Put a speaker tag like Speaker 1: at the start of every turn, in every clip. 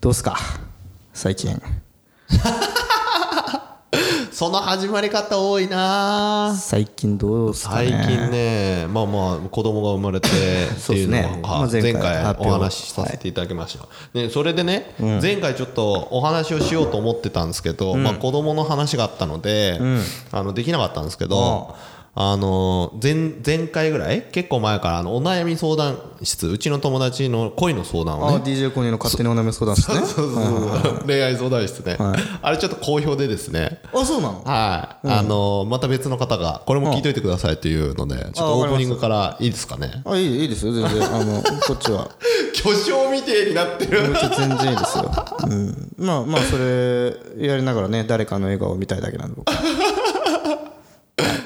Speaker 1: どうっすか最近
Speaker 2: その始まり方多いな
Speaker 1: 最近どうっすかね
Speaker 2: 最近ねまあまあ子供が生 まれてって
Speaker 1: そう
Speaker 2: い
Speaker 1: で
Speaker 2: う
Speaker 1: す
Speaker 2: の
Speaker 1: ね
Speaker 2: が
Speaker 1: まあ
Speaker 2: はい前
Speaker 1: 前回
Speaker 2: 回
Speaker 1: 発表
Speaker 2: お話しさせていただきました、ね、それでね、前回ちょっとお話をしようと思ってたんですけど、まあ、子供の話があったので、あのできなかったんですけど、あの前前回ぐらい結構前からあのお悩み相談室うちの友達の恋の相談をね
Speaker 1: あ DJ コニーの勝手にお悩み相談室ね
Speaker 2: そうそうそう 恋愛相談室ね、あれちょっと好評でですね
Speaker 1: あそうなの
Speaker 2: はい、あのまた別の方がこれも聞いといてくださいというので、ちょっとオープニングからいいですかね
Speaker 1: あいいいいですよ全然あのこっちは
Speaker 2: 巨匠みてえになってる
Speaker 1: こっち全然いいですよ、うん、まあまあそれやりながらね誰かの笑顔を見たいだけなんで僕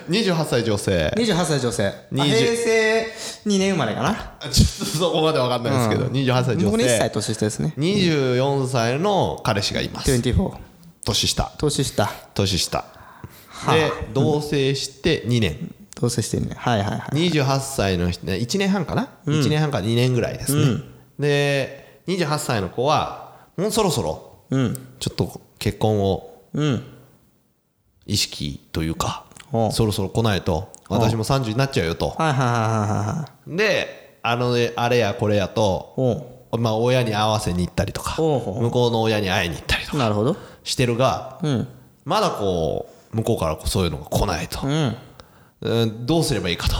Speaker 2: 28歳女性
Speaker 1: 28歳女性あ
Speaker 2: 20
Speaker 1: 平成2年生まれかな
Speaker 2: ちょっとそこまで分かんないですけど、28歳
Speaker 1: 僕ね
Speaker 2: 女
Speaker 1: 1歳
Speaker 2: 性
Speaker 1: 年下ですね
Speaker 2: 24歳の彼氏がいます
Speaker 1: 24
Speaker 2: 年下
Speaker 1: 年下
Speaker 2: 年下で同棲して2年
Speaker 1: 同棲してんねはいはいはい
Speaker 2: 28歳の人ね1年半かな、1年半か2年ぐらいですね、で28歳の子はもうそろそろ
Speaker 1: うん
Speaker 2: ちょっと結婚を
Speaker 1: うん
Speaker 2: 意識というか
Speaker 1: おう
Speaker 2: そろそろ来ないと私も30になっちゃうよと
Speaker 1: はいはいはいはいはいはい
Speaker 2: であのねあれやこれやと、
Speaker 1: おう
Speaker 2: まあ、親に会わせに行ったりとか
Speaker 1: おうおう
Speaker 2: 向こうの親に会いに行ったりとか
Speaker 1: なるほど
Speaker 2: してるが
Speaker 1: うん
Speaker 2: まだこう向こうからそういうのが来ないと
Speaker 1: う、ん
Speaker 2: うんどうすればいいかと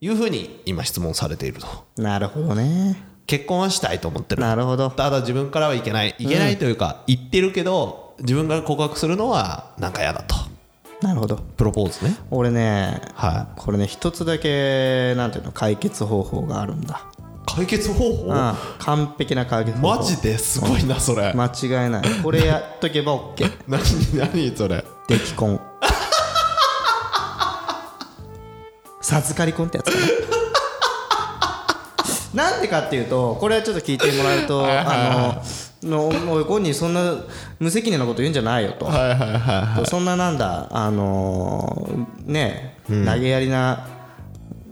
Speaker 2: いうふうに今質問されていると
Speaker 1: なるほどね
Speaker 2: 結婚はしたいと思ってる
Speaker 1: なるほど
Speaker 2: ただ自分からはいけないいけないというか、言ってるけど自分が告白するのはなんか嫌だと
Speaker 1: なるほど
Speaker 2: プロポーズね
Speaker 1: 俺ね
Speaker 2: は
Speaker 1: これね一つだけなんていうの解決方法があるんだ
Speaker 2: い解決方法、
Speaker 1: うん完璧な解決方法
Speaker 2: マジですごいなそれ、
Speaker 1: 間違いない これやっとけば OK
Speaker 2: 何何それ
Speaker 1: で既婚授かり婚ってやつかななんでかっていうとこれはちょっと聞いてもらうとあののおいゴンにそんな無責任なこと言うんじゃないよと
Speaker 2: はいはいは
Speaker 1: そんななんだあのーね、投げやりな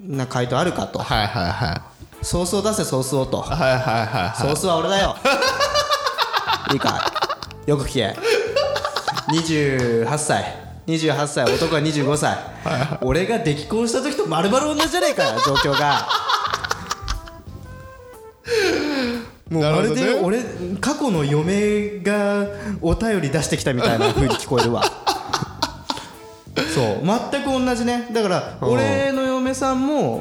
Speaker 1: な回答あるかと
Speaker 2: いはいはいは
Speaker 1: ソースを出せソースをと
Speaker 2: いはいはいはい
Speaker 1: ソースは俺だよ いいかよく聞け28歳28歳男は25歳俺が出来婚した時と丸々同じじゃねえかよ状況がもう
Speaker 2: な
Speaker 1: ま
Speaker 2: る
Speaker 1: る
Speaker 2: ほどね
Speaker 1: で俺過去の嫁がお便り出してきたみたい な風に聞こえるわそう全く同じねだから俺の嫁さんも、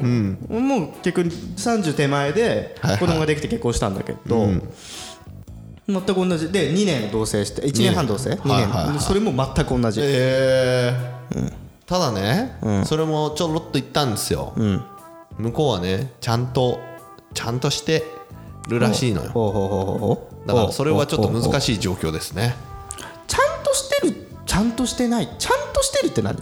Speaker 1: もう結局30手前で
Speaker 2: はいはい
Speaker 1: 子供ができて結婚したんだけど、全く同じで2年同棲して1年半同棲2年、
Speaker 2: はいはいはい
Speaker 1: それも全く同じ、
Speaker 2: ええただね、それもちょろっと言ったんですよ、向こうはねちゃんとちゃんとしてるらしいのよ
Speaker 1: ほうほうほうほうほう
Speaker 2: だからそれはちょっと
Speaker 1: ほうほうほう
Speaker 2: 難しい状況ですね
Speaker 1: ちゃんとしてるちゃんとしてないちゃんとしてるって何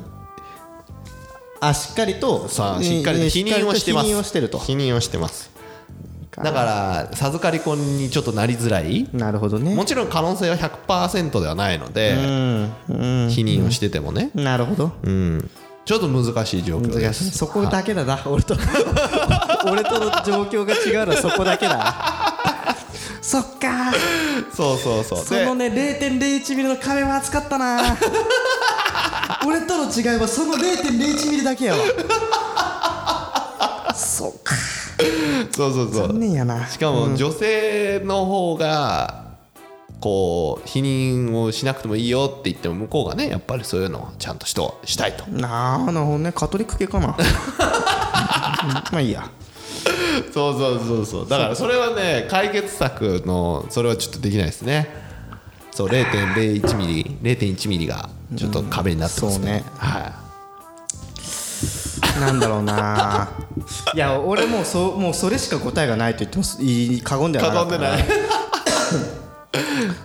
Speaker 1: あしっかりと
Speaker 2: さあ
Speaker 1: に
Speaker 2: しっかりと
Speaker 1: に
Speaker 2: 否認をしてます
Speaker 1: しっかりと否認をしてると
Speaker 2: 否認をしてますだから授かり婚にちょっとなりづらい
Speaker 1: なるほどね
Speaker 2: もちろん可能性は100%ではないので否認をしててもね
Speaker 1: なるほど
Speaker 2: うんちょっと難しい状況です
Speaker 1: そこだけだな俺と 俺との状況が違うのはそこだけだそっか
Speaker 2: そうそうそう
Speaker 1: そのね0.01ミリの壁は厚かったな 俺との違いはその0.01ミリだけよ そうか
Speaker 2: でそうそうそう
Speaker 1: 残念やな
Speaker 2: しかも女性の方がこう否認をしなくてもいいよって言っても向こうがねやっぱりそういうのをちゃんとしとしたいと
Speaker 1: なあなるほどねカトリック系かな うんまあいいや
Speaker 2: そうそうそうそうだからそれはね解決策のそれはちょっとできないですねそう0.01ミリ0.1ミリがちょっと壁になってますね,、
Speaker 1: うんそうね
Speaker 2: は
Speaker 1: なんだろうないや俺もうそもうそれしか答えがないと言ってもいい過言ではない
Speaker 2: 過言でない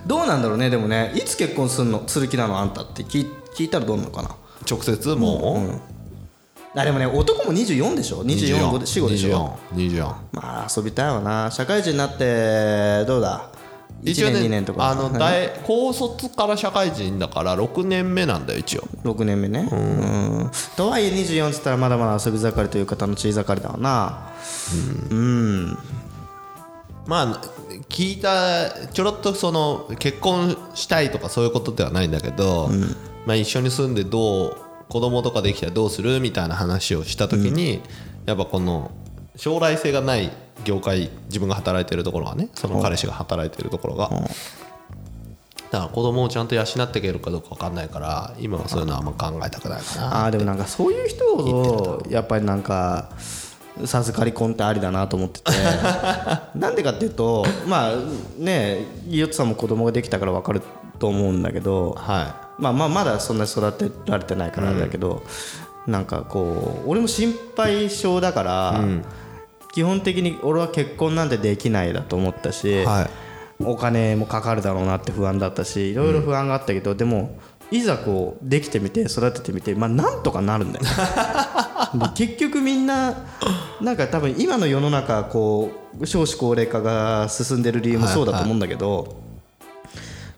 Speaker 1: どうなんだろうねでもねいつ結婚するのする気なのあんたって聞い聞いたらどうなのかない
Speaker 2: 直接も
Speaker 1: あでもね男も24でしょ
Speaker 2: う
Speaker 1: 24 5で45でしょ
Speaker 2: 24
Speaker 1: まあ遊びたいわな社会人になってどうだ
Speaker 2: 一応
Speaker 1: 1年2
Speaker 2: ね
Speaker 1: 年とか
Speaker 2: あの大高卒から社会人だから6年目なんだよ一応
Speaker 1: 6年目ねうんとはいえ24っつったらまだまだ遊び盛りという方の小盛りだわなうん、
Speaker 2: まあ聞いたちょろっとその結婚したいとかそういうことではないんだけど、まあ、一緒に住んでどう子供とかできたらどうするみたいな話をした時に、やっぱこの将来性がない業界自分が働いてるところがねその彼氏が働いてるところが。だから子供をちゃんと養っていけるかどうか分かんないから今はそういうのはあんま考えたくないかな
Speaker 1: あーでもなんかそういう人をやっぱりなんか授かり婚ってありだなと思って てなんでかっていうとまあねえヨッツさんも子供ができたから分かると思うんだけど、
Speaker 2: は
Speaker 1: まあ、まあまだそんなに育てられてないからあれだけど、なんかこう俺も心配性だから、基本的に俺は結婚なんてできないだと思ったし、
Speaker 2: いはい
Speaker 1: お金もかかるだろうなって不安だったしいろいろ不安があったけど、でもいざこうできてみて育ててみてまあなんとかなるんだよ で結局みんななんか多分今の世の中こう少子高齢化が進んでる理由もそうだと思うんだけど、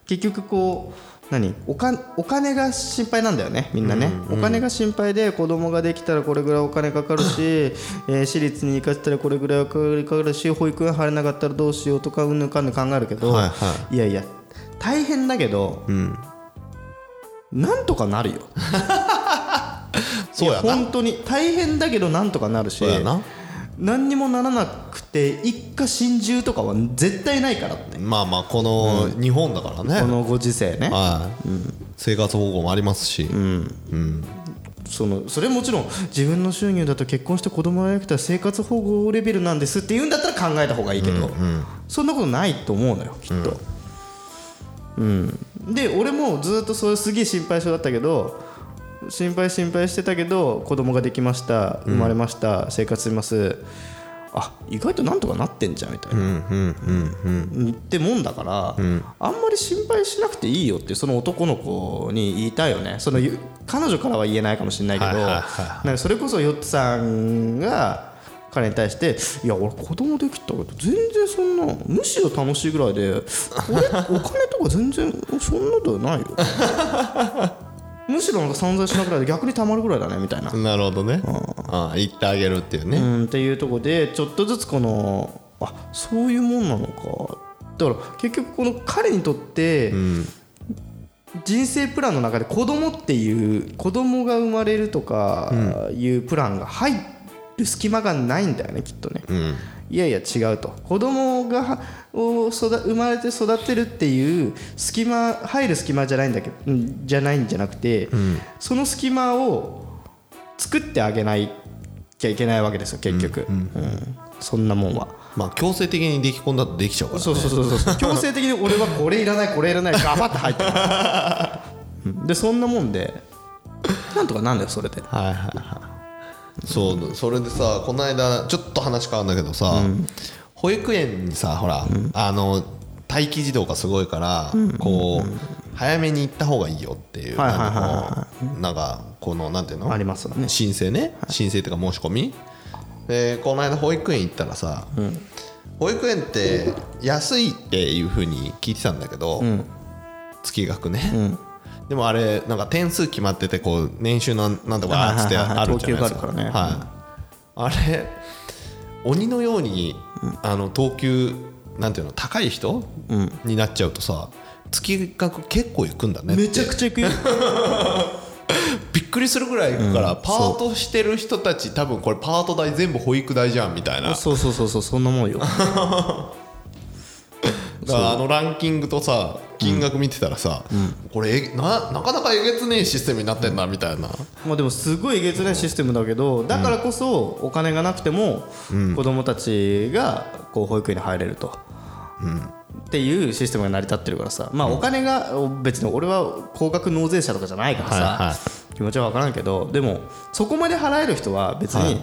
Speaker 1: 結局こう何おかお金が心配なんだよねみんなね、お金が心配で子供ができたらこれぐらいお金かかる し、えー私立に行かせたらこれぐらいお金かかるし保育園入れなかったらどうしようとかうんぬんかんぬん考えるけど、、
Speaker 2: はいはい
Speaker 1: やいや大変だけど、なんとかなるよ
Speaker 2: そうやない
Speaker 1: 本当に大変だけどなんとかなるし
Speaker 2: そうやな
Speaker 1: 何にもならなくて一家心中とかは絶対ないからって、
Speaker 2: まあまあこの日本だからね、
Speaker 1: このご時世ね、
Speaker 2: はい生活保護もありますし、
Speaker 1: そのそれもちろん自分の収入だと結婚して子供ができたら生活保護レベルなんですって言うんだったら考えた方がいいけど、そんなことないと思うのよきっと、うんで俺もずっとそれすげえ心配性だったけど心配心配してたけど子供ができました生まれました、生活しますあ意外となんとかなってんじゃんみたいな、ってもんだから、あんまり心配しなくていいよってその男の子に言いたいよねそのゆ彼女からは言えないかもしれないけど、
Speaker 2: はいはいは
Speaker 1: なんかそれこそヨッツさんが彼に対して「いや俺子供できたけど全然そんなむしろ楽しいぐらいで俺お金とか全然そんなではないよ」 むしろなんか散財しなくらいで逆にたまるぐらいだねみたいな
Speaker 2: なるほどねああ言ってあげるっていうね、
Speaker 1: うんっていうところでちょっとずつこのあそういうもんなのかだから結局この彼にとって、人生プランの中で子供っていう子供が生まれるとかいうプランが入る隙間がないんだよねきっとね、いやいや違うと子供がを育生まれて育てるっていう隙間入る隙間じゃないんだけどんじゃないんじゃなくて、その隙間を作ってあげないきゃいけないわけですよ結局、うんそんなもんは。
Speaker 2: まあ強制的にでき込んだとできちゃうから
Speaker 1: そうそうそうそう 強制的に俺はこれいらないこれいらないガバッて入ってくるうんでそんなもんでなんとかなんだよそれで
Speaker 2: はいはいはいそうそれでさこの間ちょっと話変わるんだけどさ、保育園にさほら、あの待機児童がすごいから、こう早めに行った方がいいよっていう
Speaker 1: はいはい
Speaker 2: な
Speaker 1: はい
Speaker 2: んかこうなんかこのなんていうの
Speaker 1: ありますよね
Speaker 2: 申請ね申請というか申し込みでこの間保育園行ったらさ、保育園って安いっていうふうに聞いてたんだけど、月額ね、でもあれなんか点数決まっててこう年収のなんとかっつって
Speaker 1: はいはいはい
Speaker 2: あるじゃな
Speaker 1: 等級
Speaker 2: いです
Speaker 1: があるか
Speaker 2: から
Speaker 1: ね
Speaker 2: はい、あれ鬼のようにあの等級なんていうの高い人、になっちゃうとさ月額結構いくんだね
Speaker 1: めちゃくちゃ行くよ
Speaker 2: びっくりするぐらいいくから、パートしてる人たち多分これパート代全部保育代じゃんみたいなだか
Speaker 1: そうそうそうそうそんなもんよ
Speaker 2: らあのランキングとさ金額見てたらさ、これえななかなかえげつねえシステムになってんなみたいな、
Speaker 1: まあでもすごいえげつないシステムだけどだからこそお金がなくても子供たちがこう保育園に入れると。っていうシステムが成り立ってるからさまあお金が別に俺は高額納税者とかじゃないから
Speaker 2: はいは
Speaker 1: さ
Speaker 2: い
Speaker 1: 気持ちは分からんけどでもそこまで払える人は別
Speaker 2: は
Speaker 1: に
Speaker 2: い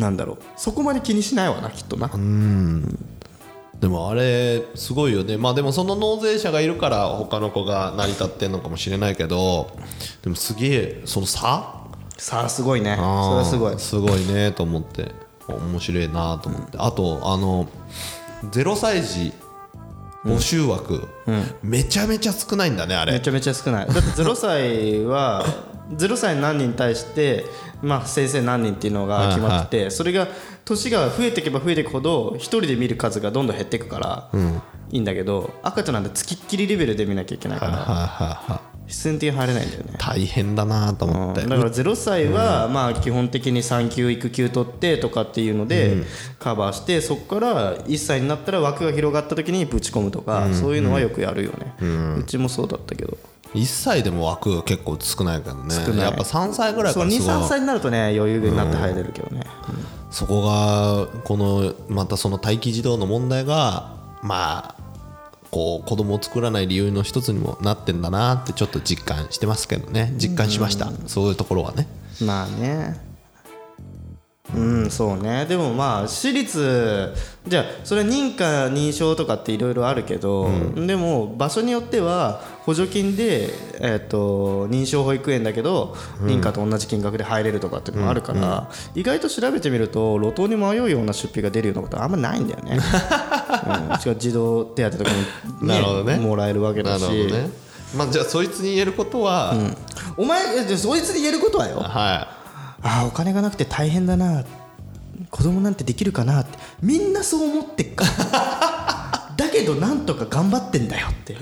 Speaker 1: なんだろうそこまで気にしないわなきっとな
Speaker 2: でもあれすごいよねまあでもその納税者がいるから他の子が成り立ってんのかもしれないけどでもすげえその差
Speaker 1: さあすごいねそれ
Speaker 2: あー
Speaker 1: はすごい
Speaker 2: すごいねと思って面白いなと思ってあとあの0歳児募集枠、めちゃめちゃ少ないんだねあ
Speaker 1: め
Speaker 2: れ
Speaker 1: ちゃめちゃ少ないだって0歳は0歳何人に対して、まあ、先生何人っていうのが決まってて、それが年が増えていけば増えていくほど一人で見る数がどんどん減っていくから、いいんだけど赤ちゃんなんてつきっきりレベルで見なきゃいけないから。必然的に入れないんだよね
Speaker 2: 大変だなと思って、
Speaker 1: だから0歳はまあ基本的に産休育休取ってとかっていうのでカバーしてそこから1歳になったら枠が広がった時にぶち込むとか、そういうのはよくやるよね、うちもそうだったけど
Speaker 2: 1歳でも枠結構少ないからねやっぱ3歳ぐらいから
Speaker 1: 23歳になるとね余裕になって入れるけどね、
Speaker 2: そこがこのまたその待機児童の問題がまあこう子供を作らない理由の一つにもなってんだなってちょっと実感してますけどね実感しました、そういうところはね
Speaker 1: まあねうんそうねでもまあ私立じゃあそれは認可認証とかっていろいろあるけど、うん、でも場所によっては補助金で、えーと、と認証保育園だけど認可と同じ金額で入れるとかっていうのもあるから、うん、意外と調べてみると路頭に迷うような出費が出るようなことはあんまないんだ よね。うん、しかも児童手当とかも、ね、なるほどねもらえるわけだし。ね、
Speaker 2: まあ、じゃあそいつに言えることは、
Speaker 1: うん、お前そいつに言えることはよ、
Speaker 2: はい
Speaker 1: あお金がなくて大変だな子供なんてできるかなってみんなそう思ってっから だけどなんとか頑張ってんだよって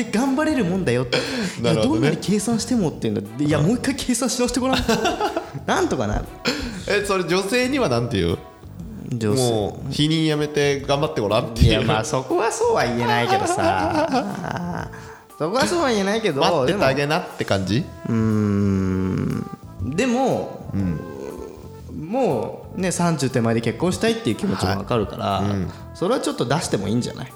Speaker 1: で頑張れるもんだ よっていやどんなに計算してもっていうのいやもう一回計算し直してごらん なんとかなる
Speaker 2: えそれ女性にはなんて言うもう否認やめて頑張ってごらんっていう
Speaker 1: いやまあそこはそうは言えないけど さそこはそうは言えないけど
Speaker 2: 待っててあげなって感じ
Speaker 1: うんでも、うん、もうね30手前で結婚したいっていう気持ちも分かるから、はいうん、それはちょっと出してもいいんじゃない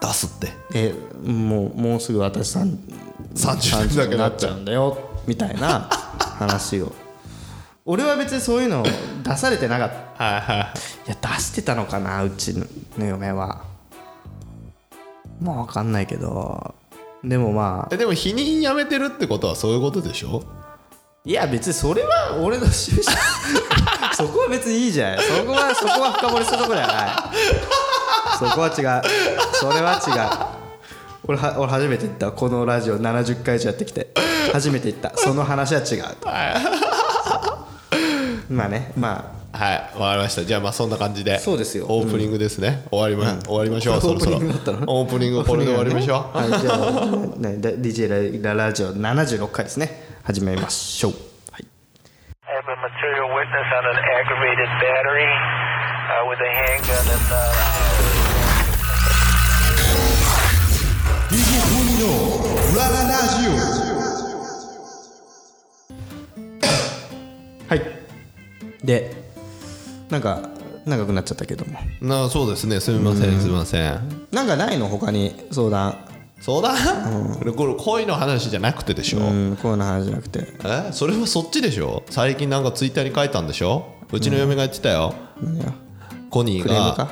Speaker 2: 出すって
Speaker 1: えもうもうすぐ私30
Speaker 2: 手だけ
Speaker 1: なっちゃうんだよみたい な話を俺は別にそういうの出されてなかったいや出してたのかなうちの嫁はまあ分かんないけどでもまあ
Speaker 2: でも否認やめてるってことはそういうことでしょ
Speaker 1: いや別にそれは俺の趣旨 そこは別にいいじゃんそこはそこは深掘りするとこじゃないそこは違うそれは違う俺は俺初めて言ったこのラジオ70回以上やってきて初めて言ったその話は違うまあねまあ
Speaker 2: はい、わかりました。じゃあまあそんな感じで、
Speaker 1: そうですよ。
Speaker 2: オープニングですね。うん、終わりま、終わり ましょう。そろそろ。オープニングこれで終わりましょう。
Speaker 1: はい、じゃあ、ね、DJ ララジオ七十六回ですね。始めましょう。はい。
Speaker 2: ラララジ
Speaker 1: オ。はい。で。なんか長くなっちゃったけども
Speaker 2: なそうですねすみません、すみません
Speaker 1: なんかないのほかに相談
Speaker 2: 相談、うん、これ恋の話じゃなくてでしょ、
Speaker 1: う恋の話じゃなくて
Speaker 2: えそれはそっちでしょ最近なんかツイッターに書いたんでしょうちの嫁が言ってたよ、コニーが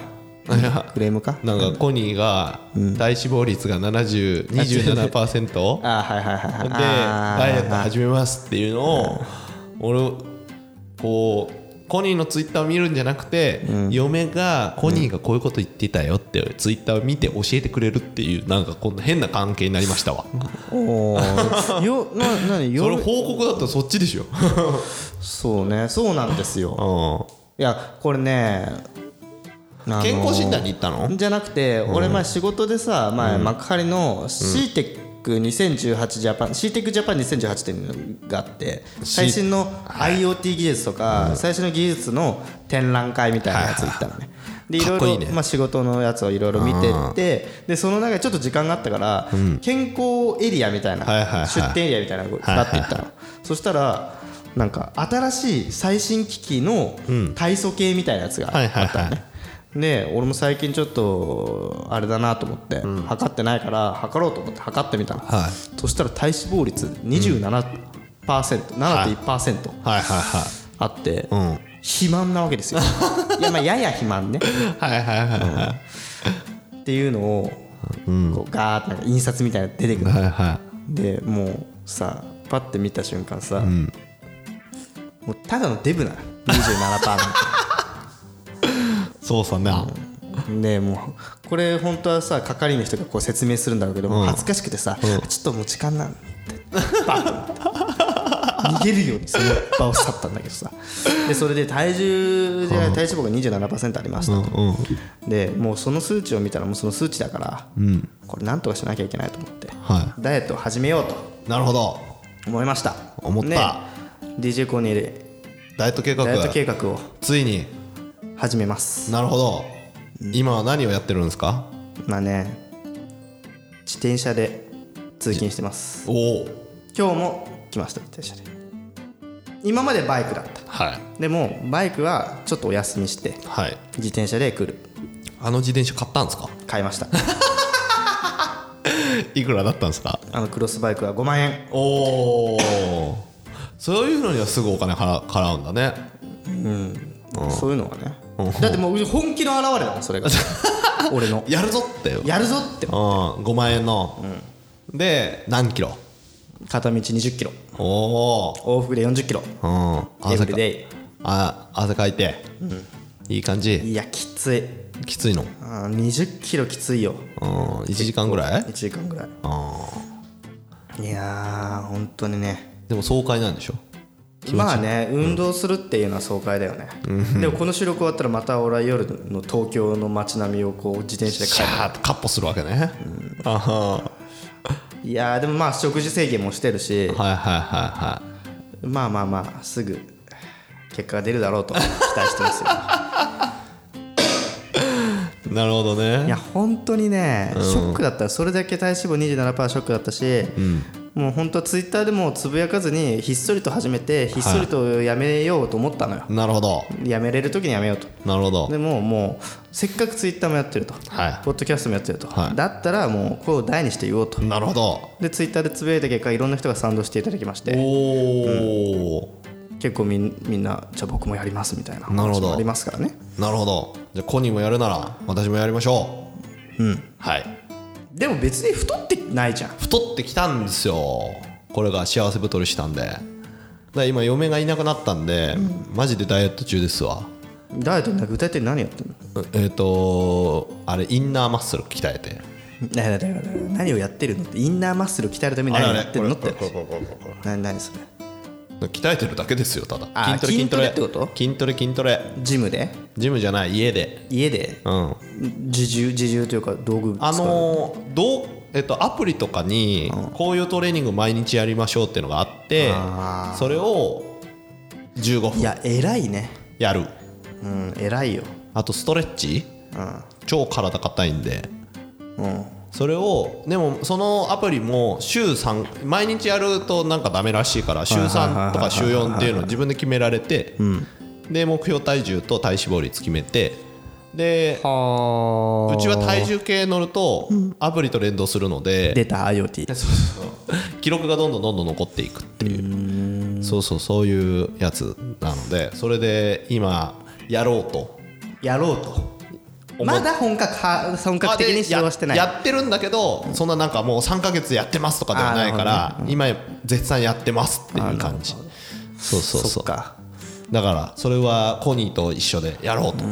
Speaker 1: クレームか
Speaker 2: なんかコニーが体脂肪率が27%
Speaker 1: あはいはいはい
Speaker 2: でダイエット始めますっていうのを俺こうコニーのツイッターを見るんじゃなくて、うん、嫁がコニーがこういうこと言ってたよってツイッターを見て教えてくれるっていうなんかこんな変な関係になりましたわ
Speaker 1: おお よなな
Speaker 2: それ報告だったらそっちでしょ
Speaker 1: そうねそうなんですよ、うん、いやこれね
Speaker 2: 健康診断に行ったの
Speaker 1: じゃなくて、うん、俺前仕事でさ前、幕張の CTEC、うんック2018ジャパン CTEC ジャパン2018っていうのがあって最新の IoT 技術とか最新の技術の展覧会みたいなやつ行ったのね。でいろいろまあ仕事のやつをいろいろ見てってでその中でちょっと時間があったから健康エリアみたいな出店エリアみたいなのがあって行ったの。そしたらなんか新しい最新機器の体組系みたいなやつがあったのね。で俺も最近ちょっとあれだなと思って、うん、測ってないから測ろうと思って測ってみたの、はい、そしたら体脂肪率 27%7.1%、うんはい、あって、うん、肥満なわけ ですよいやまあやや肥満ね
Speaker 2: はいはいはいはい、
Speaker 1: うん、っていうのをこうガーッと印刷みたいなの出てくる、はいはい、でもうさパッて見た瞬間さ、もうただのデブなの27%なんて。
Speaker 2: そうさな、
Speaker 1: うん、ねもうこれ本当はさ係の人がこう説明するんだろうけど、うん、恥ずかしくてさ、うん、ちょっともう時間なんてバッと逃げるようにその場を去ったんだけどさでそれで体重じゃ体脂肪が27%ありましたと、
Speaker 2: うん
Speaker 1: でもうその数値を見たらもうその数値だから、これなんとかしなきゃいけないと思って、
Speaker 2: は
Speaker 1: ダイエットを始めようと
Speaker 2: なるほど
Speaker 1: 思いました
Speaker 2: 思った
Speaker 1: ね DJ コーニーで
Speaker 2: ダイエット計画
Speaker 1: ダイエット計画を
Speaker 2: ついに
Speaker 1: 始めます
Speaker 2: なるほど今は何をやってるんですか
Speaker 1: まあね自転車で通勤してます
Speaker 2: おお
Speaker 1: 今日も来ました自転車で今までバイクだった
Speaker 2: はい
Speaker 1: でもバイクはちょっとお休みして
Speaker 2: はい
Speaker 1: 自転車で来る
Speaker 2: あの自転車買ったんですか
Speaker 1: 買いました
Speaker 2: いくらだったんですか
Speaker 1: あのクロスバイクは5万円
Speaker 2: おおそういうのにはすぐお金払払うんだね
Speaker 1: そういうのがねだってもう本気の表れだもんそれ が俺の
Speaker 2: やるぞってよ
Speaker 1: やるぞって
Speaker 2: うん、5万円の、で何キロ
Speaker 1: 片道2 0キロ
Speaker 2: おお
Speaker 1: 往復で4 0キロ
Speaker 2: うん
Speaker 1: エブ
Speaker 2: 汗
Speaker 1: リ
Speaker 2: か
Speaker 1: デ
Speaker 2: あ汗かいて、いい感
Speaker 1: イ
Speaker 2: じ
Speaker 1: いやきつい
Speaker 2: きついの、
Speaker 1: あ2 0キロきついよ
Speaker 2: うん、1時間ぐらい
Speaker 1: 1時間ぐらいいやー本当にね
Speaker 2: でも爽快なんでしょ
Speaker 1: まあね運動するっていうのは爽快だよね、でもこの収録終わったらまた俺は夜の東京の街並みをこう自転車で
Speaker 2: シ
Speaker 1: 帰
Speaker 2: ャーッとカッポするわけね、あは
Speaker 1: るいやーでもまあ食事制限もしてるし
Speaker 2: はいはいは
Speaker 1: まあまあまあすぐ結果が出るだろうと期待して ますよ
Speaker 2: いはいなるほどね
Speaker 1: いや本当にね、ショックだったそれだけ体脂肪27%ショックだったし、もう本当はツイッターでもつぶやかずにひっそりと始めてひっそりとやめようと思ったのよ、
Speaker 2: なるほど
Speaker 1: やめれる時にやめようと
Speaker 2: なるほど
Speaker 1: でももうせっかくツイッターもやってると、
Speaker 2: は
Speaker 1: ポッドキャストもやってると、
Speaker 2: はい
Speaker 1: だったらもう声を大にして言おうと、
Speaker 2: いなるほど
Speaker 1: でツイッターでつぶやいた結果いろんな人が賛同していただきまし
Speaker 2: お
Speaker 1: て
Speaker 2: お、
Speaker 1: 結構みんみんなじゃあ僕もやりますみたいな
Speaker 2: なる
Speaker 1: 話
Speaker 2: ほど
Speaker 1: もありますからね
Speaker 2: なるほどじゃあコニーもやるなら私もやりましょううんはい
Speaker 1: でも別に太ってないじゃん
Speaker 2: 太ってきたんですよこれが幸せ太りしたんでだから今嫁がいなくなったんで、マジでダイエット中ですわ
Speaker 1: ダイエットな具体的に何やってんの
Speaker 2: えっ、とあれインナーマッスル鍛えて
Speaker 1: だからだからだから何をやってるのってインナーマッスル鍛えるために何をやってるのってな何それ
Speaker 2: 鍛えてるだけですよただ
Speaker 1: あ
Speaker 2: 筋トレ
Speaker 1: 筋トレってこと
Speaker 2: 筋トレ筋トレ
Speaker 1: ジムで
Speaker 2: ジムじゃない家で
Speaker 1: 家で
Speaker 2: うん
Speaker 1: 自重自重というか道具使う
Speaker 2: あのーどうえっと、アプリとかにこういうトレーニング毎日やりましょうっていうのがあってそれを15
Speaker 1: い
Speaker 2: 分
Speaker 1: や偉いね
Speaker 2: やる
Speaker 1: うん偉いよ
Speaker 2: あとストレッチ超体硬いんで
Speaker 1: うんうん
Speaker 2: それをでもそのアプリも週3毎日やるとなんかダメらしいから週3とか週4っていうのを自分で決められてで目標体重と体脂肪率決めてで
Speaker 1: は
Speaker 2: うちは体重計乗るとアプリと連動するので
Speaker 1: 出た IoT
Speaker 2: 記録がどんどんどんどん残っていくっていうそうそうそういうやつなのでそれで今やろうと
Speaker 1: やろうと
Speaker 2: 思っ
Speaker 1: まだ本格派本格的に使用してない
Speaker 2: あでややってるんだけどそんななんかもう3か月やってますとかではないから、今絶賛やってますっていう感じそうそう
Speaker 1: そ
Speaker 2: そ
Speaker 1: っ
Speaker 2: う
Speaker 1: か
Speaker 2: だからそれはコニーと一緒でやろうと、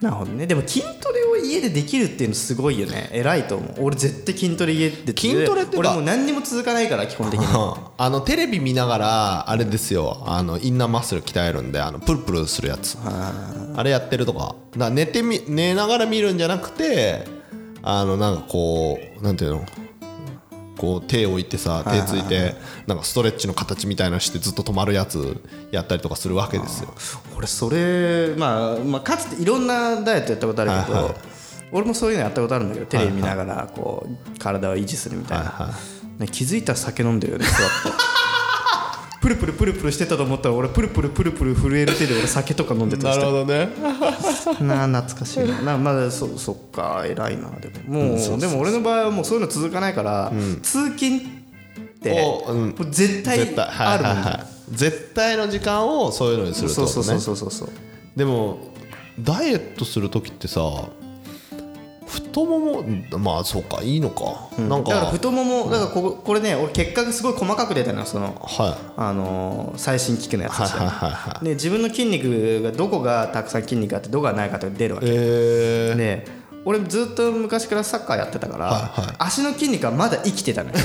Speaker 1: なるほどねでも筋トレを家でできるっていうのすごいよね偉いと思う俺絶対筋トレ家で
Speaker 2: 筋トレってか
Speaker 1: 俺もう何にも続かないから基本的に
Speaker 2: あのテレビ見ながらあれですよあのインナーマッスル鍛えるんであのプルプルするやつあれやってるとかだから寝てみ寝ながら見るんじゃなくてあのなんかこうなんていうのこう手を置いてさ手ついてなんかストレッチの形みたいなのしてずっと止まるやつやったりとかするわけですよ
Speaker 1: 俺それ、まあ、まあかつていろんなダイエットやったことあるけど、
Speaker 2: はいはい
Speaker 1: 俺もそういうのやったことあるんだけどテレビ見ながらこう、体を維持するみたいな、
Speaker 2: は
Speaker 1: ね、気づいたら酒飲んでるよね座って プルプルプルプルしてたと思ったら俺プルプルプルプル震える手で俺酒とか飲んでたりして
Speaker 2: どね
Speaker 1: なあ懐かしいななまだそそっか偉いなでももう,、でも俺の場合はもうそういうの続かないから、通勤って
Speaker 2: おうん
Speaker 1: もう絶対
Speaker 2: 絶対は
Speaker 1: あ
Speaker 2: い
Speaker 1: るも
Speaker 2: は
Speaker 1: ん
Speaker 2: いはい絶対の時間をそういうのにするって
Speaker 1: そ
Speaker 2: こ
Speaker 1: う
Speaker 2: と
Speaker 1: そう
Speaker 2: ね
Speaker 1: そうそうそうそう
Speaker 2: でもダイエットする時ってさ太ももまあそうかいいのか、なんか
Speaker 1: だから太ももだからこここれね俺結果がすごい細かく出たのよその、
Speaker 2: は
Speaker 1: あのー最新機器のやつ
Speaker 2: い
Speaker 1: で
Speaker 2: はい
Speaker 1: し
Speaker 2: はい
Speaker 1: ょ
Speaker 2: はいはい
Speaker 1: で自分の筋肉がどこがたくさん筋肉があってどこがないかって出るわけ
Speaker 2: えー、
Speaker 1: で俺ずっと昔からサッカーやってたから、
Speaker 2: はいは
Speaker 1: 足の筋肉はまだ生きてたのよ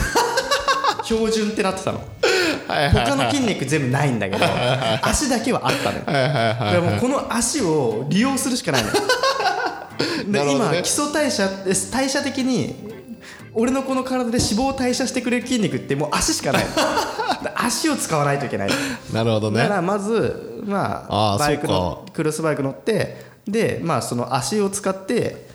Speaker 1: 標準ってなってたの
Speaker 2: はいはいはい
Speaker 1: 他の筋肉全部ないんだけど足だけはあったのよだ
Speaker 2: はいはい
Speaker 1: か
Speaker 2: はい
Speaker 1: らもうこの足を利用するしかないのよ
Speaker 2: なる
Speaker 1: で
Speaker 2: ほど
Speaker 1: 今
Speaker 2: ね
Speaker 1: 基礎代謝代謝的に俺のこの体で脂肪を代謝してくれる筋肉ってもう足しか ないのだ足を使わないといけない
Speaker 2: なるほど
Speaker 1: だ
Speaker 2: ね
Speaker 1: からまず、ま
Speaker 2: あ
Speaker 1: あ、
Speaker 2: ー
Speaker 1: バイクの
Speaker 2: そ
Speaker 1: クロスバイク乗ってで、まあ、その足を使って、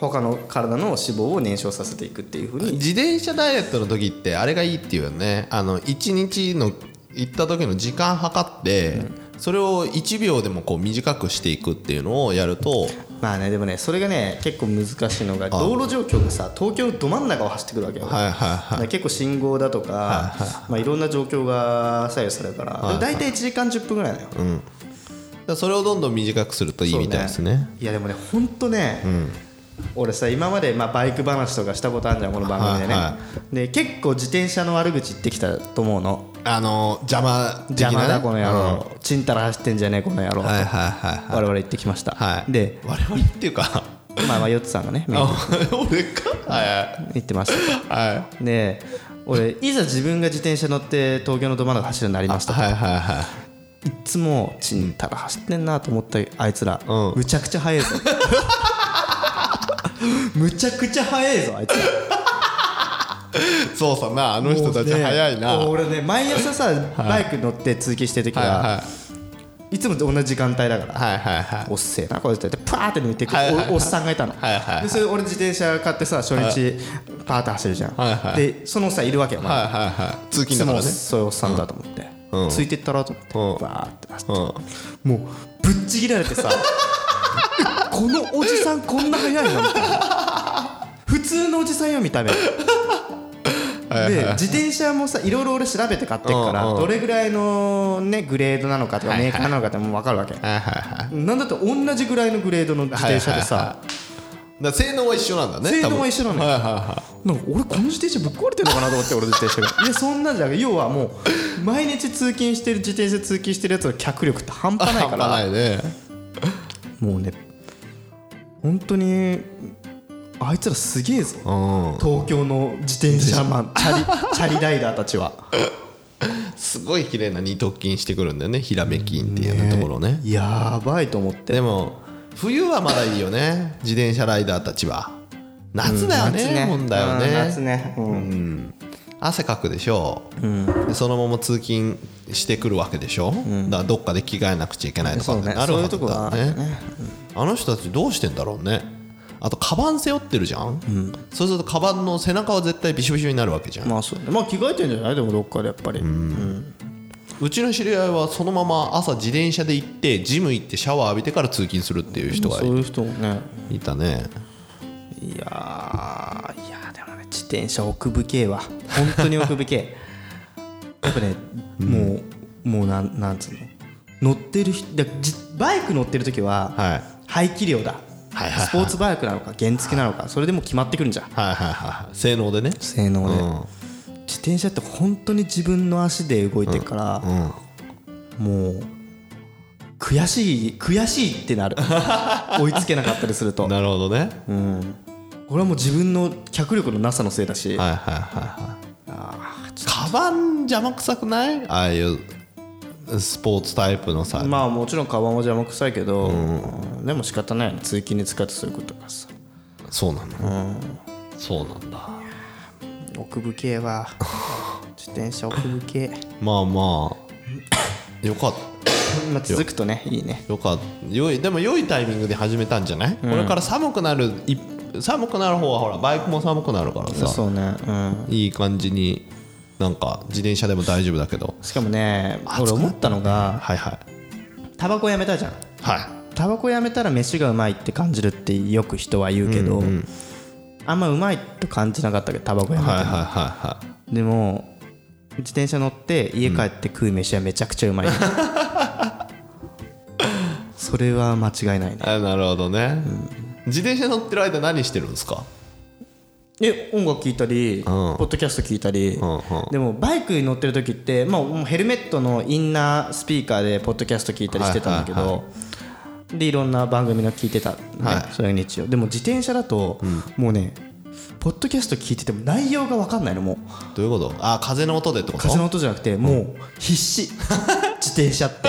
Speaker 1: 他の体の脂肪を燃焼させていくっていうふうに
Speaker 2: 自転車ダイエットの時ってあれがいいっていうよねあの1日の行った時の時間計ってそれを1秒でもこう短くしていくっていうのをやると
Speaker 1: まあねでもねそれがね結構難しいのが道路状況がさ東京のど真ん中を走ってくるわけよ、
Speaker 2: はいはい
Speaker 1: だか
Speaker 2: は
Speaker 1: ら結構信号だとか、まあ、いろんな状況が左右されるから、だい、大体1時間10分ぐらいだよ、
Speaker 2: いだそれをどんどん短くするといいみたいですね
Speaker 1: いやでもねほんとね、俺さ今までまあバイク話とかしたことあるじゃんこの番組でね、
Speaker 2: はいは
Speaker 1: で結構自転車の悪口言ってきたと思うの
Speaker 2: あの邪魔的な
Speaker 1: 邪
Speaker 2: ね
Speaker 1: 魔だこの野
Speaker 2: うん
Speaker 1: 郎、ちんたら走ってんじゃねえこの野郎、
Speaker 2: はいはいはい
Speaker 1: 我々言ってきました、
Speaker 2: はいはい
Speaker 1: で
Speaker 2: 我々っていうか
Speaker 1: まあ まあヨッツさ んがねメインで
Speaker 2: あ俺かは
Speaker 1: 言ってまし
Speaker 2: いはい
Speaker 1: たで俺いざ自分が自転車乗って東京のど真ん中走るようになりました
Speaker 2: はいはいはい
Speaker 1: いつもちんたら走ってんなと思ったあいつら、
Speaker 2: うん
Speaker 1: むちゃくちゃ 速いぞむちゃくちゃ速いぞあいつら
Speaker 2: そうさなあの人たち早いな
Speaker 1: も
Speaker 2: は
Speaker 1: うね俺ね毎朝さバイク乗って通勤してる時
Speaker 2: いはい
Speaker 1: は、いつもと同じ時間帯だから、
Speaker 2: はいはいはい
Speaker 1: おっせえなこいつってパーって抜いてくる
Speaker 2: はいはいはい
Speaker 1: おおっさんがいたの、
Speaker 2: はいはいはい
Speaker 1: でそれ俺自転車買ってさ初日パーって走るじゃん、
Speaker 2: はいはい
Speaker 1: でそのさいるわけよ、お前
Speaker 2: はいはいはい通
Speaker 1: い
Speaker 2: 勤
Speaker 1: つ
Speaker 2: だから
Speaker 1: も
Speaker 2: ね
Speaker 1: そういうおっさんだと思って、
Speaker 2: うん
Speaker 1: ついてったらと思って、
Speaker 2: うん
Speaker 1: バーって走って
Speaker 2: うん
Speaker 1: もうぶっちぎられて さえこのおじさんこんな速いのみたいな普通のおじさんよ見た目で自転車もさいろいろ俺調べて買ってくから
Speaker 2: うんうん
Speaker 1: どれぐらいのねグレードなのかとか
Speaker 2: はいは
Speaker 1: メー
Speaker 2: い
Speaker 1: カーなのかってもう分かるわけ
Speaker 2: はいはいはい
Speaker 1: なんだって同じぐらいのグレードの自転車でさ
Speaker 2: だから性能は一緒なんだね
Speaker 1: 性能は
Speaker 2: 多分
Speaker 1: 一緒なのよ
Speaker 2: はいはいは
Speaker 1: なんか俺この自転車ぶっ壊れてるのかなと思って俺自転車がいやそんなんじゃなくて要はもう毎日通勤してる自転車通勤してるやつの脚力って半端
Speaker 2: い
Speaker 1: ないから
Speaker 2: 半端ないね
Speaker 1: もうね本当にあいつらすげえぞ
Speaker 2: うん
Speaker 1: 東京の自転車マンチャリチャリライダーたちは
Speaker 2: すごい綺麗な二頭筋してくるんだよねひらめ筋っていうようなところね
Speaker 1: やばいと思って
Speaker 2: でも冬はまだいいよね自転車ライダーたちは夏だよね問題は
Speaker 1: うん
Speaker 2: ね
Speaker 1: 夏ね、うん
Speaker 2: 汗かくでしょ、でそのまま通勤してくるわけでしょ、だからどっかで着替えなくちゃいけないとか
Speaker 1: そう
Speaker 2: って
Speaker 1: ね
Speaker 2: なる
Speaker 1: そうい
Speaker 2: わ
Speaker 1: う
Speaker 2: け
Speaker 1: と
Speaker 2: だ
Speaker 1: こがあ
Speaker 2: よ
Speaker 1: る
Speaker 2: ね
Speaker 1: よね
Speaker 2: あの人たちどうしてんだろうねあとカバン背負ってるじゃん、そうするとカバンの背中は絶対ビショビショになるわけじゃん、
Speaker 1: まあそうねまあ着替えてんじゃないでもどっかでやっぱり、
Speaker 2: うちの知り合いはそのまま朝自転車で行ってジム行ってシャワー浴びてから通勤するっていう人が
Speaker 1: そういう人もね
Speaker 2: いたね
Speaker 1: いやーいやーでもね自転車奥深いわ本当に奥深い やっぱね、もうもうなんなんつうの乗ってる人だじバイク乗ってる時は、
Speaker 2: はい
Speaker 1: 排気量だ、
Speaker 2: はいはいはい
Speaker 1: スポーツバイクなのか原付なのか、それでもう決まってくるんじゃん
Speaker 2: はいはいはい性能でね
Speaker 1: 性能で、
Speaker 2: うん
Speaker 1: 自転車って本当に自分の足で動いてるから、
Speaker 2: うん
Speaker 1: もう悔しい悔しいってな る追いつけなかったりすると
Speaker 2: なるほどね、
Speaker 1: これはもう自分の脚力のなさのせいだし、
Speaker 2: はいはいはいはいカバン邪魔くさくないああいうスポーツタイプのさ、
Speaker 1: まあもちろんカバンは邪魔くさいけど、でも仕方ないよね通勤に使ってそういうことがさ
Speaker 2: そうなの、そうなんだ
Speaker 1: 奥深い は自転車奥深い
Speaker 2: まあまあよかっ
Speaker 1: まあ続くとねいいね
Speaker 2: よかっよいでも良いタイミングで始めたんじゃない、これから寒くなるい寒くなる方はほらバイクも寒くなるからさ
Speaker 1: そうねうん
Speaker 2: いい感じになんか自転車でも大丈夫だけど
Speaker 1: しかもね俺思ったのが
Speaker 2: はいはい
Speaker 1: タバコやめたじゃん
Speaker 2: は
Speaker 1: タバコやめたら飯がうまいって感じるってよく人は言うけど、あんまうまいと感じなかったけどタバコや
Speaker 2: い
Speaker 1: めて、
Speaker 2: はいはいはいはい
Speaker 1: でも自転車乗って家帰って食う飯はめちゃくちゃうまい、それは間違いないね
Speaker 2: あなるほどね、自転車乗ってる間何してるんですか
Speaker 1: え音楽聴いたり、ポッドキャスト聴いたり、
Speaker 2: んうん
Speaker 1: でもバイクに乗ってる時って、まあ、もうヘルメットのインナースピーカーでポッドキャスト聴いたりしてたんだけど、
Speaker 2: はいはい
Speaker 1: でいろんな番組の聴いてた、ね
Speaker 2: は
Speaker 1: それが日曜でも自転車だと、もうねポッドキャスト聞いてても内容が分かんないのもう
Speaker 2: どういうことあ風の音でってこと
Speaker 1: 風の音じゃなくてもう必死 自転車って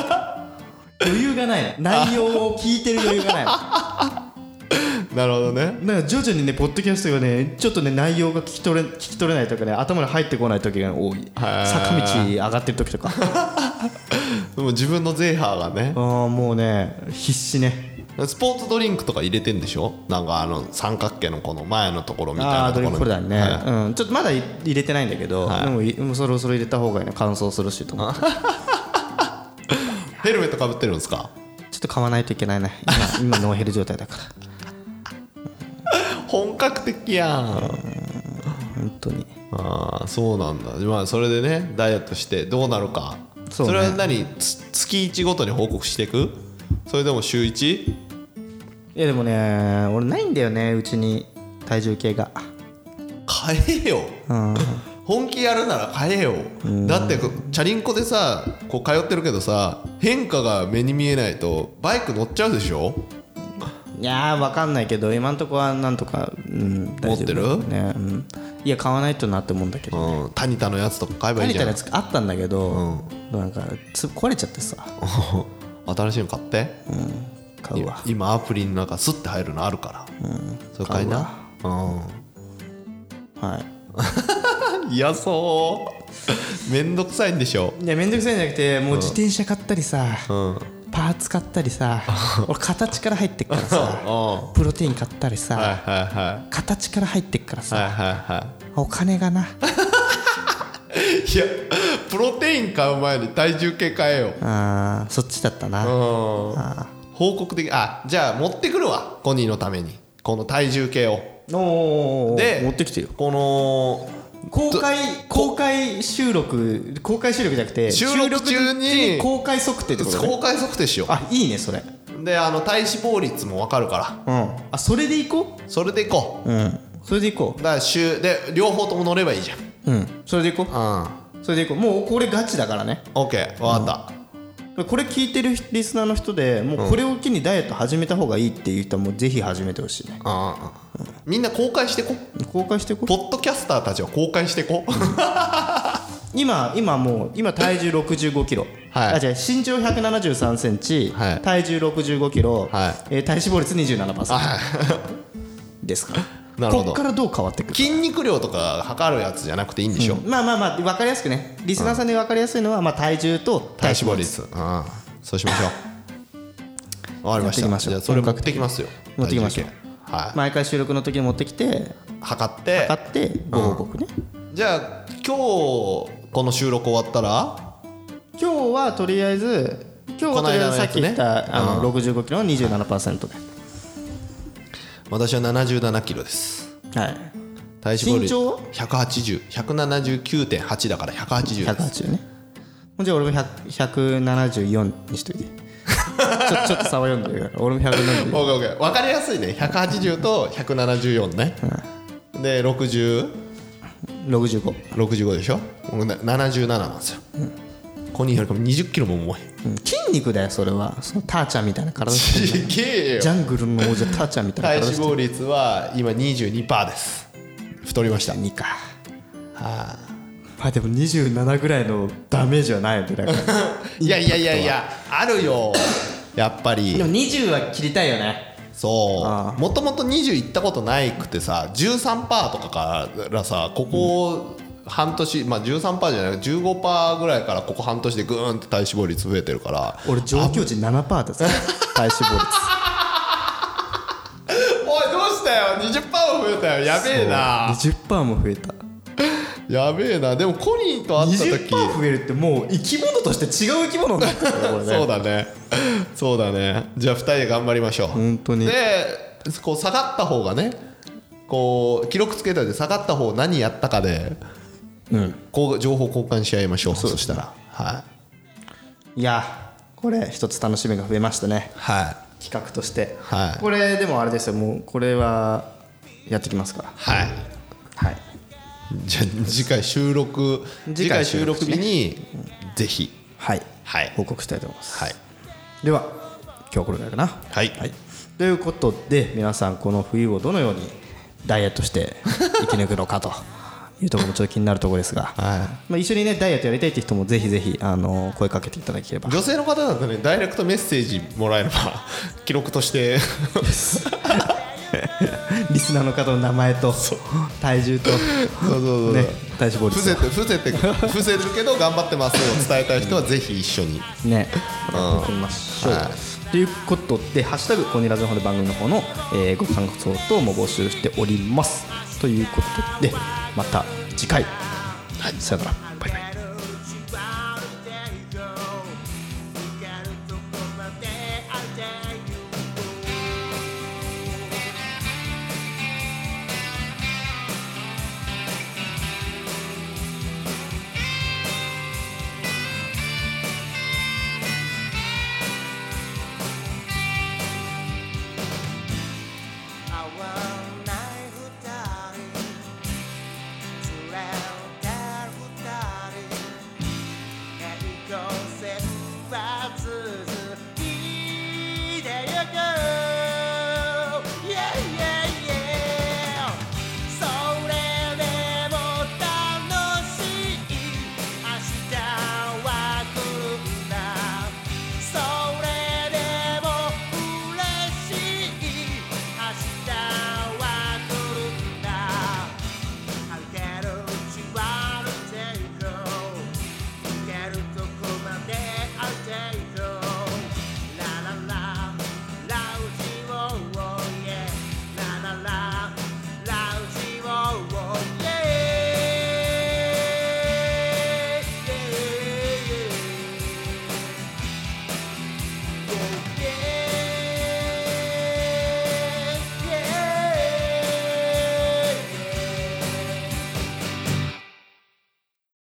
Speaker 1: 余裕がないの内容を聞いてる余裕がないの
Speaker 2: なるほどね
Speaker 1: なんか徐々にねポッドキャストがねちょっとね内容が聞き取れ聞き取れないとかね頭に入ってこない時が多い
Speaker 2: へー
Speaker 1: 坂道上がってる時 とか
Speaker 2: でも自分のゼーハーがね
Speaker 1: あーもうね必死ね
Speaker 2: スポーツドリンクとか入れてんでしょなんかあの三角形のこの前のところみたい
Speaker 1: ああ
Speaker 2: な
Speaker 1: ード
Speaker 2: とこ
Speaker 1: リ
Speaker 2: ろ
Speaker 1: ン
Speaker 2: に
Speaker 1: クホルダーにね、
Speaker 2: はい
Speaker 1: うん、ちょっとまだい入れてないんだけど、
Speaker 2: はい
Speaker 1: でもいもうそろそろ入れた方がいいな乾燥するしと思ってちょ
Speaker 2: ヘルメットかぶってるんですか
Speaker 1: っと買わないといけないね 今今ノーヘル状態だから
Speaker 2: 本格的やん
Speaker 1: 本当に
Speaker 2: ああそうなんだまあそれでねダイエットしてどうなるか
Speaker 1: そ
Speaker 2: そう
Speaker 1: ね
Speaker 2: れは何つ月1ごとに報告していくそれでも週 1?
Speaker 1: いやでもね俺ないんだよねうちに体重計が
Speaker 2: 変えよ
Speaker 1: うん
Speaker 2: 本気やるなら変えよだってこチャリンコでさこう通ってるけどさ変化が目に見えないとバイク乗っちゃうでしょ
Speaker 1: いやーわかんないけど今んとこはなんとか、うん、大丈夫
Speaker 2: 持ってる
Speaker 1: ね、うん、いや買わないとなって思うんだけど
Speaker 2: うんタニタのやつとか買えばいい
Speaker 1: 借り
Speaker 2: じゃ
Speaker 1: た
Speaker 2: ん
Speaker 1: やつあったんだけど、なんかつ壊れちゃってさ
Speaker 2: 新しいの買って、
Speaker 1: 買うわ
Speaker 2: 今アプリの中スッて入るのあるから、それ買いなう
Speaker 1: は
Speaker 2: んいやそうめんどくさいんでしょ
Speaker 1: いいやめんどくさいんじゃなくてもう自転車買ったりさ、
Speaker 2: うんうん
Speaker 1: パーツ買ったり さ俺形から入ってっからさ
Speaker 2: は
Speaker 1: プロテイン買ったりさ、
Speaker 2: いはいはい
Speaker 1: 形から入ってっからさ、
Speaker 2: はいはいは
Speaker 1: お金がな
Speaker 2: いいやプロテイン買う前に体重計買えよ
Speaker 1: あーそっちだったな、
Speaker 2: うん報告的あじゃあ持ってくるわコニーのためにこの体重計を
Speaker 1: おー
Speaker 2: で
Speaker 1: 持ってきてよ
Speaker 2: この
Speaker 1: 公開公開収録公開収録じゃなくて
Speaker 2: 収録中に
Speaker 1: 公開測定ってことね
Speaker 2: 公開測定しよ
Speaker 1: あいいねそれ
Speaker 2: うであの体脂肪率も分かるから
Speaker 1: うんあそれでいこ
Speaker 2: それでいこ
Speaker 1: ううんそれでいこ
Speaker 2: うだから週で両方とも乗ればいいじゃん
Speaker 1: ううんそれでいこう
Speaker 2: う
Speaker 1: それでいこうもうこれガチだからね
Speaker 2: ん OK わかっ
Speaker 1: これ聞いてるリスナーの人でもうこれを機にダイエット始めた方がいいっていう人はもうぜひ始めてほしいね
Speaker 2: た、うんうんうんみんな公開してこ
Speaker 1: 公開していこう
Speaker 2: ポッドキャスターたちは公開してこ
Speaker 1: 今今もう今体重6 5キロ、
Speaker 2: はい
Speaker 1: あじゃ身長1 7 3センチ、
Speaker 2: はい
Speaker 1: 体重6 5キロ、
Speaker 2: は
Speaker 1: えー体脂肪率27%ですから
Speaker 2: なるほど
Speaker 1: こっからどう変わっていくる
Speaker 2: 筋肉量とか測るやつじゃなくていいんでしょ、
Speaker 1: まあまあまあ分かりやすくねリスナーさんに分かりやすいのは、まあ、体重と
Speaker 2: 体脂肪率うんそうしましょうわかりま
Speaker 1: やっ
Speaker 2: し
Speaker 1: ていき
Speaker 2: た
Speaker 1: ましょう
Speaker 2: じゃあそれ持ってきますよ
Speaker 1: 持ってきましょう
Speaker 2: 体重計は
Speaker 1: 毎回収録の時に持ってきて
Speaker 2: い測って
Speaker 1: 買ってご報告ね、
Speaker 2: じゃあ今日この収録終わったら
Speaker 1: 今日はとりあえず今日はとりあえずさっき言っ
Speaker 2: この間のや
Speaker 1: た、
Speaker 2: つね
Speaker 1: あの6 5キロの27%で、
Speaker 2: 私は7 7キロです
Speaker 1: はい、
Speaker 2: 体脂肪
Speaker 1: 身
Speaker 2: 率
Speaker 1: 長
Speaker 2: 180179.8だから180です
Speaker 1: 180ねほんじゃあ俺も100 174にしといてちょ ちょっと差は読んでるから俺も174
Speaker 2: オッケーオッケー分かりやすいね180と174ね、で6065
Speaker 1: 65
Speaker 2: でしょ僕な77なんですよ、コニーよりかも20キロも重 い
Speaker 1: うん筋肉だよそれはそのターちゃんみたいな体してる
Speaker 2: ちげえ よ
Speaker 1: ジャングルの王者ターちゃんみた
Speaker 2: 体
Speaker 1: いな体
Speaker 2: 脂
Speaker 1: して
Speaker 2: 肪率は今22%です太りました
Speaker 1: 2かはあまあでも27ぐらいのダメージはないよねだから
Speaker 2: いやいやいやいやあるよやっ ぱ
Speaker 1: で
Speaker 2: り
Speaker 1: も20は切りたいよねあ
Speaker 2: そ
Speaker 1: あ
Speaker 2: うもともと20いったことないくてさ13%とかからさここ半年、まあ、13%じゃない15%ぐらいからここ半年でグーンって体脂肪率増えてるから
Speaker 1: 俺上級値7%だぜ 体脂肪率
Speaker 2: おいどうしたよ20%も増えたよやべえな
Speaker 1: 20%も増えた
Speaker 2: やべえなでもコニーと会った時
Speaker 1: 20%増えるってもう生き物として違う生き物になってるよこれね
Speaker 2: そうだねそうだねじゃあ2人で頑張りましょう
Speaker 1: 本当に
Speaker 2: でこう下がった方がねこう記録つけたで下がった方何やったかで
Speaker 1: うん
Speaker 2: こう情報交換し合いましょうそしたらはい
Speaker 1: やこれ一つ楽しみが増えましたね
Speaker 2: いはい
Speaker 1: 企画として、
Speaker 2: はい
Speaker 1: これでもあれですよもうこれはやってきますから
Speaker 2: はい
Speaker 1: はい
Speaker 2: じゃあ次回収録
Speaker 1: 次
Speaker 2: 次
Speaker 1: 回
Speaker 2: 回
Speaker 1: 収
Speaker 2: 収
Speaker 1: 録
Speaker 2: 録
Speaker 1: 日
Speaker 2: 日にぜひ
Speaker 1: はい
Speaker 2: はい
Speaker 1: 報告したいと思います、
Speaker 2: はい
Speaker 1: では今日はこれぐらいかな
Speaker 2: はい
Speaker 1: ということで皆さんこの冬をどのようにダイエットして生き抜くのかというところもちょっと気になるところです が、
Speaker 2: は
Speaker 1: まあ、一緒にねダイエットやりたいって人もぜひぜひあの声かけていただければ
Speaker 2: い、女性の方だとねダイレクトメッセージもらえれば 記録として
Speaker 1: リスナーの方の名前と体重と
Speaker 2: そうそうそう
Speaker 1: ね体脂肪
Speaker 2: 伏せ
Speaker 1: 率
Speaker 2: て伏せて伏せるけど頑張ってますを伝えたい人はぜひ一緒に
Speaker 1: をねやっていきましょう
Speaker 2: は
Speaker 1: ということで「ハッシュタグコニラジの方で番組の方の、えーご感想等も募集しておりますということでまた次回、さよならバイバイ
Speaker 3: 「あわ